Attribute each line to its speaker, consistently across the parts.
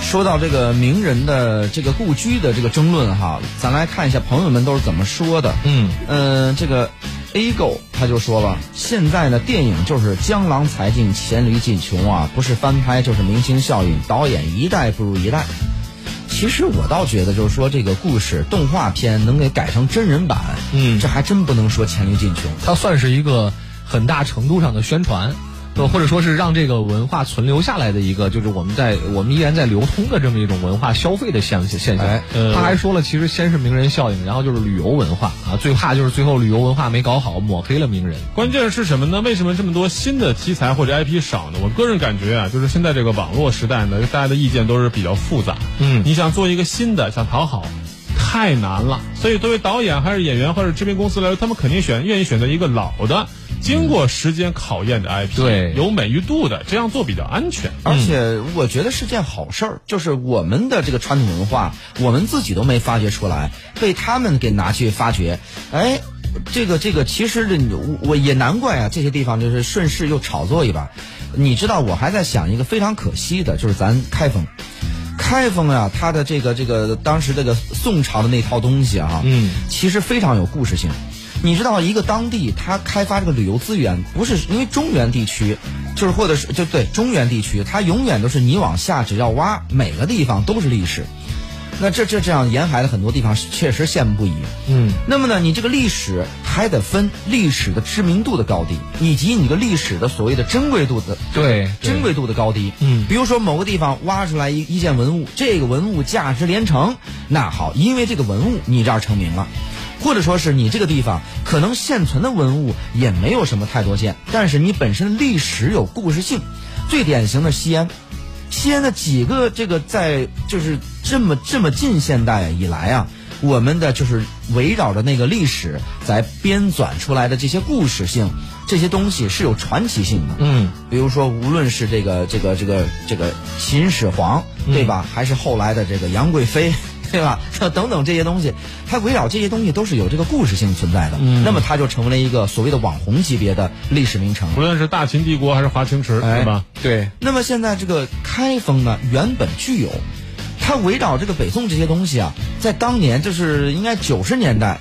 Speaker 1: 说到这个名人的这个故居的这个争论哈，咱来看一下朋友们都是怎么说的。
Speaker 2: 嗯
Speaker 1: 嗯，这个 A 狗他就说了，现在呢电影就是江郎才尽、黔驴技穷啊，不是翻拍就是明星效应，导演一代不如一代。其实我倒觉得，就是说这个故事动画片能给改成真人版，
Speaker 2: 嗯
Speaker 1: 这还真不能说黔驴技穷。
Speaker 2: 它算是一个很大程度上的宣传，
Speaker 1: 嗯
Speaker 2: 呃，或者说是让这个文化存留下来的一个，就是我们在我们依然在流通的这么一种文化消费的现现象。
Speaker 1: 哎呃
Speaker 2: 他还说了，其实先是名人效应，然后就是旅游文化啊，最怕就是最后旅游文化没搞好，抹黑了名人。
Speaker 3: 关键是什么呢？为什么这么多新的题材或者 IP 少呢？我个人感觉啊，就是现在这个网络时代呢，大家的意见都是比较复杂。
Speaker 2: 嗯
Speaker 3: 你想做一个新的，想讨好，太难了。所以作为导演还是演员或者制片公司来说，他们肯定选愿意选择一个老的，经过时间考验的 IP，、
Speaker 2: 嗯对
Speaker 3: 有美誉度的，这样做比较安全。
Speaker 1: 而且我觉得是件好事儿，就是我们的这个传统文化，我们自己都没发掘出来，被他们给拿去发掘。哎，这个这个，其实这我我也难怪啊，这些地方就是顺势又炒作一把。你知道，我还在想一个非常可惜的，就是咱开封，开封啊，它的这个这个当时这个宋朝的那套东西啊，
Speaker 2: 嗯，
Speaker 1: 其实非常有故事性。你知道，一个当地它开发这个旅游资源，不是因为中原地区，就是或者是就对中原地区，它永远都是你往下只要挖，每个地方都是历史。那这这这样沿海的很多地方是确实羡慕不已。
Speaker 2: 嗯，
Speaker 1: 那么呢，你这个历史还得分历史的知名度的高低，以及你个历史的所谓的珍贵度的
Speaker 2: 对
Speaker 1: 珍贵度的高低。
Speaker 2: 嗯
Speaker 1: 比如说某个地方挖出来一一件文物，这个文物价值连城，那好，因为这个文物你这儿成名了。或者说是你这个地方可能现存的文物也没有什么太多件，但是你本身的历史有故事性。最典型的西安，西安的几个这个在就是这么这么近现代以来啊，我们的就是围绕着那个历史在编纂出来的这些故事性，这些东西是有传奇性的。
Speaker 2: 嗯，
Speaker 1: 比如说，无论是这个这个这个这个秦始皇，对吧？还是后来的这个杨贵妃，对吧？ 等等这些东西，它围绕这些东西都是有这个故事性存在的。那么它就成为了一个所谓的网红级别的历史名城。
Speaker 3: 无论是大秦帝国还是华清池，
Speaker 1: 哎
Speaker 3: 对吧？
Speaker 2: 对，
Speaker 1: 那么现在这个开封呢，原本具有，它围绕这个北宋这些东西啊，在当年就是应该九十年代，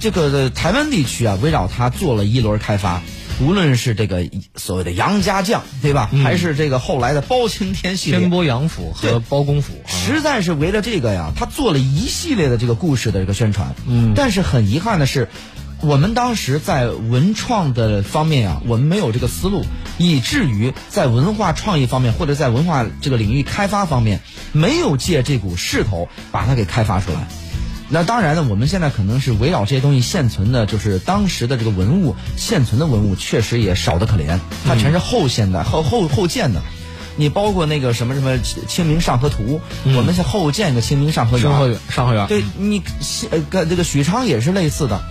Speaker 1: 这个呃台湾地区啊，围绕它做了一轮开发。无论是这个所谓的杨家将，对吧？还是这个后来的包青天系列，
Speaker 2: 天嗯波杨府
Speaker 1: 对
Speaker 2: 和包公府、啊。
Speaker 1: 实在是围着这个呀，他做了一系列的这个故事的这个宣传。嗯，但是很遗憾的是，我们当时在文创的方面呀，我们没有这个思路，以至于在文化创意方面或者在文化这个领域开发方面，没有借这股势头把它给开发出来。那当然呢，我们现在可能是围绕这些东西现存的，就是当时的这个文物，现存的文物确实也少得可怜，它
Speaker 2: 嗯
Speaker 1: 全是后现代、后后后建的。你包括那个什么什么清《清明上河图》我们是后建个《清明上河园
Speaker 2: 嗯上》河园，上河园，
Speaker 1: 对你西呃跟这个许昌也是类似的。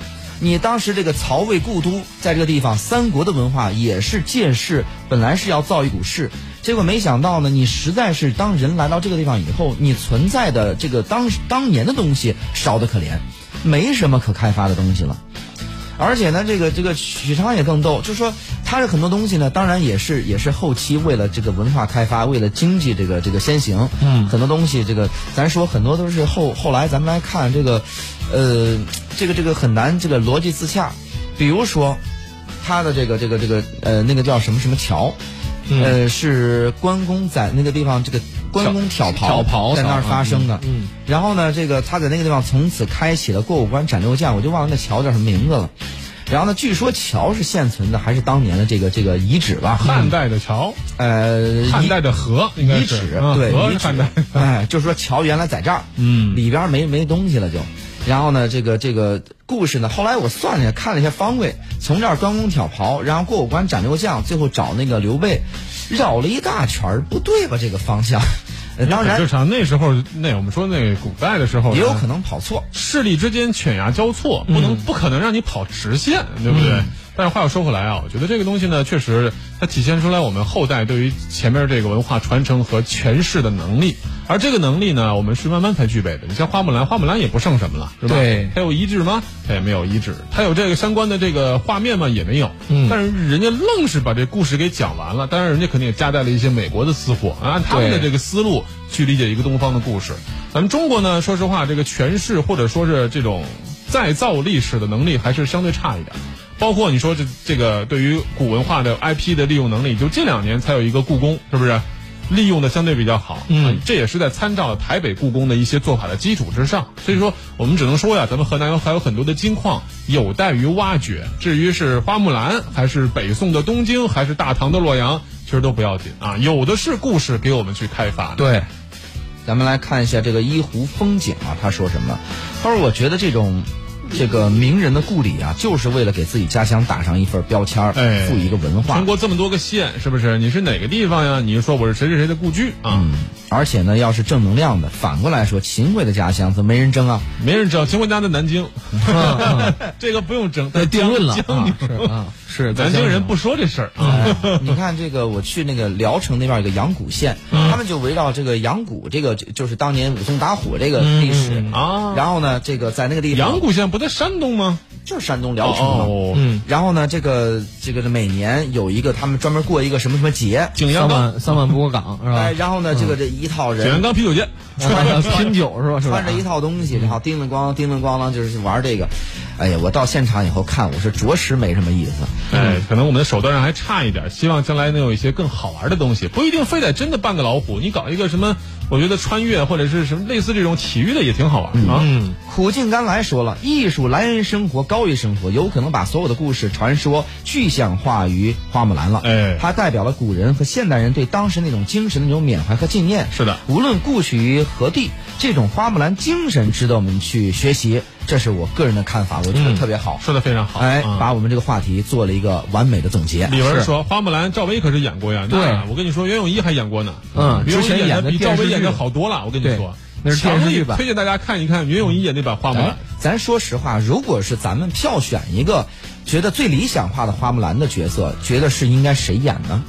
Speaker 1: 你当时这个曹魏故都在这个地方，三国的文化也是借势，本来是要造一股势，结果没想到呢，你实在是当人来到这个地方以后，你存在的这个当当年的东西少得可怜，没什么可开发的东西了。而且呢，这个这个许昌也更逗，就说它的很多东西呢，当然也是也是后期为了这个文化开发，为了经济这个这个先行，嗯，很多东西这个咱说很多都是后后来咱们来看这个，呃，这个这个很难这个逻辑自洽，比如说它的这个这个这个呃那个叫什么什么桥，
Speaker 2: 嗯
Speaker 1: 呃是关公在那个地方这个关公挑
Speaker 2: 挑挑
Speaker 1: 袍
Speaker 2: 袍
Speaker 1: 在那儿
Speaker 2: 桥
Speaker 1: 发
Speaker 2: 嗯
Speaker 1: 生的，
Speaker 2: 嗯
Speaker 1: 然后呢，这个他在那个地方从此开启了过五关斩六将，我就忘了那桥叫什么名字了。然后呢，据说桥是现存的，还是当年的这个这个遗址吧？
Speaker 3: 汉代的桥，
Speaker 1: 呃，
Speaker 3: 汉
Speaker 1: 遗
Speaker 3: 代的河，应该
Speaker 1: 遗
Speaker 3: 是
Speaker 1: 址
Speaker 3: 嗯
Speaker 1: 对
Speaker 3: 河
Speaker 1: 遗
Speaker 3: 是
Speaker 1: 址
Speaker 3: 汉代。，
Speaker 1: 哎，就是说桥原来在这儿，
Speaker 3: 嗯
Speaker 1: 里边没没东西了就。然后呢，这个这个故事呢，后来我算了一下，看了一下方位，从这儿关公挑袍，然后过五关斩六将，最后找那个刘备，绕了一大圈儿，不对吧？这个方向，呃当
Speaker 3: 很
Speaker 1: 然
Speaker 3: 正常。那时候，那我们说那古代的时候，
Speaker 1: 也有可能跑错。
Speaker 2: 嗯
Speaker 3: 势力之间犬牙交错，不能、不可能让你跑直线，对不对？但是话又说回来啊，我觉得这个东西呢，确实它体现出来我们后代对于前面这个文化传承和诠释的能力。而这个能力呢，我们是慢慢才具备的。你像花木兰，花木兰也不剩什么了，是吧？
Speaker 2: 对
Speaker 3: 它有遗址吗？它也没有遗址。它有这个相关的这个画面吗？也没有。
Speaker 2: 嗯
Speaker 3: 但是人家愣是把这故事给讲完了，当然人家肯定也夹带了一些美国的私货，啊按他们的
Speaker 2: 对
Speaker 3: 这个思路去理解一个东方的故事。咱们中国呢，说实话，这个诠释或者说是这种再造历史的能力还是相对差一点。包括你说这这个对于古文化的 IP 的利用能力，就这两年才有一个故宫，是不是？利用的相对比较好，
Speaker 2: 嗯
Speaker 3: 啊这也是在参照台北故宫的一些做法的基础之上。所以说，我们只能说呀，咱们河南有还有很多的金矿有待于挖掘。至于是花木兰，还是北宋的东京，还是大唐的洛阳，其实都不要紧啊，有的是故事给我们去开发。，
Speaker 2: 对，
Speaker 1: 咱们来看一下这个一湖风景啊，他说什么？他说：“我觉得这种这个名人的故里啊，就是为了给自己家乡打上一份标签儿，
Speaker 3: 哎
Speaker 1: 赋予一个文化
Speaker 3: 全。国这么多个县，是不是？你是哪个地方呀？你就说我是谁谁谁的故居啊？
Speaker 1: 嗯，而且呢，要是正能量的，反过来说，秦桧的家乡怎么没人争 啊？
Speaker 3: 没人知道，秦国家在南京， 这个不用争，
Speaker 2: 那嗯定论了
Speaker 3: 江
Speaker 2: 啊，是啊，是
Speaker 3: 南京人不说这事儿啊。
Speaker 1: 哎你看这个，我去那个聊城那边有个阳谷县，
Speaker 3: 嗯
Speaker 1: 他们就围绕这个阳谷，这个就是当年武松打虎这个历史
Speaker 3: 嗯啊
Speaker 1: 然后呢，这个在那个地方，
Speaker 3: 阳谷县不在山东吗？
Speaker 1: 就是山东聊城嘛。
Speaker 3: 哦
Speaker 2: 嗯，
Speaker 1: 然后呢，这个这个每年有一个他们专门过一个什么什么节，
Speaker 3: 景阳
Speaker 2: 三
Speaker 3: 冈，
Speaker 2: 万三万不过岗是吧
Speaker 1: 哎，？然后呢，这个这一套
Speaker 3: 景阳
Speaker 1: 人
Speaker 3: 冈啤酒节，
Speaker 2: 穿上拼酒是吧？是吧
Speaker 1: 穿着一套东西，然后叮铃咣啷叮铃咣啷就是玩这个，哎呀，我到现场以后看，我是着实没什么意思。
Speaker 3: 哎，可能我们的手段上还差一点，希望将来能有一些更好玩的东西，不一定非得真的扮个老虎，你搞一个什么，我觉得穿越或者是什么类似这种体育的也挺好玩啊。
Speaker 2: 嗯，
Speaker 1: 苦尽甘来说了，艺术来源于生活，高于生活，有可能把所有的故事传说具象化于花木兰了。
Speaker 3: 哎
Speaker 1: 它代表了古人和现代人对当时那种精神的那种缅怀和纪念。
Speaker 3: 是的
Speaker 1: 无论故去于何地，这种花木兰精神值得我们去学习。这是我个人的看法，我觉得
Speaker 2: 嗯
Speaker 1: 特别好。
Speaker 3: 说的非常好，
Speaker 1: 哎，
Speaker 3: 啊
Speaker 1: 把我们这个话题做了一个完美的总结。
Speaker 3: 李文说：“花木兰，赵薇可是演过呀。那
Speaker 2: 对
Speaker 3: 我跟你说，袁咏仪还演过呢。
Speaker 2: 嗯
Speaker 3: 袁咏仪
Speaker 2: 之前
Speaker 3: 演
Speaker 2: 演
Speaker 3: 的
Speaker 2: 的
Speaker 3: 比赵
Speaker 2: 电视
Speaker 3: 薇
Speaker 2: 剧
Speaker 3: 演的好多了。我跟你
Speaker 2: 对
Speaker 3: 说，
Speaker 2: 那是电视
Speaker 3: 强
Speaker 2: 剧
Speaker 3: 力
Speaker 2: 版
Speaker 3: 推荐大家看一看袁咏仪演那版花木兰。
Speaker 1: 咱说实话，如果是咱们票选一个觉得最理想化的花木兰的角色，觉得是应该谁演呢？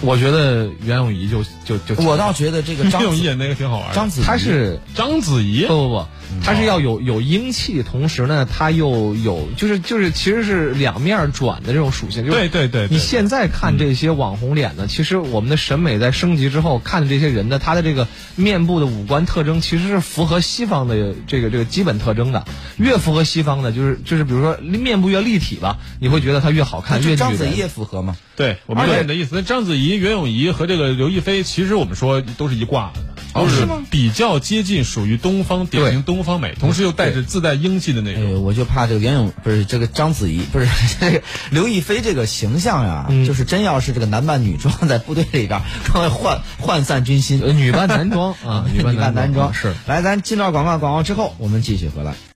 Speaker 2: 我觉得袁咏仪就就就
Speaker 1: 我倒觉得这个
Speaker 3: 袁
Speaker 1: 张
Speaker 3: 咏仪
Speaker 1: 子
Speaker 3: 演那个挺好玩的。
Speaker 1: 张子怡
Speaker 2: 他是
Speaker 3: 章子怡
Speaker 2: 不不不，
Speaker 1: 嗯
Speaker 2: 他是要有有英气，同时呢，他又有就是就是其实是两面转的这种属性。就是
Speaker 3: 对对对对
Speaker 2: 你现在看这些网红脸呢，
Speaker 1: 嗯
Speaker 2: 其实我们的审美在升级之后，看的这些人呢，他的这个面部的五官特征其实是符合西方的这个这个基本特征的。越符合西方的，就是就是比如说面部越立体吧，你会觉得他越好看，
Speaker 1: 就
Speaker 2: 越
Speaker 1: 章
Speaker 2: 女
Speaker 1: 子
Speaker 2: 人
Speaker 1: 怡也符合吗？
Speaker 3: 对，我们
Speaker 1: 而且
Speaker 3: 对你的意思。那章子怡、袁咏仪和这个刘亦菲，其实我们说都是一挂的，
Speaker 1: 哦
Speaker 3: 都
Speaker 1: 是
Speaker 3: 是
Speaker 1: 吗
Speaker 3: 比较接近属于东方典型东方美，同时又带着自带英气的那
Speaker 1: 哎
Speaker 3: 种。
Speaker 1: 呦，我就怕这个袁咏不是这个章子怡，不是这个刘亦菲这个形象呀、
Speaker 2: 嗯
Speaker 1: 就是真要是这个男扮女装在部队里边儿，可能会涣涣散军心。
Speaker 2: 呃女扮男装啊，
Speaker 1: 女扮
Speaker 2: 男
Speaker 1: 男装
Speaker 2: 是。
Speaker 1: 来，咱进到广告，广告之后我们继续回来。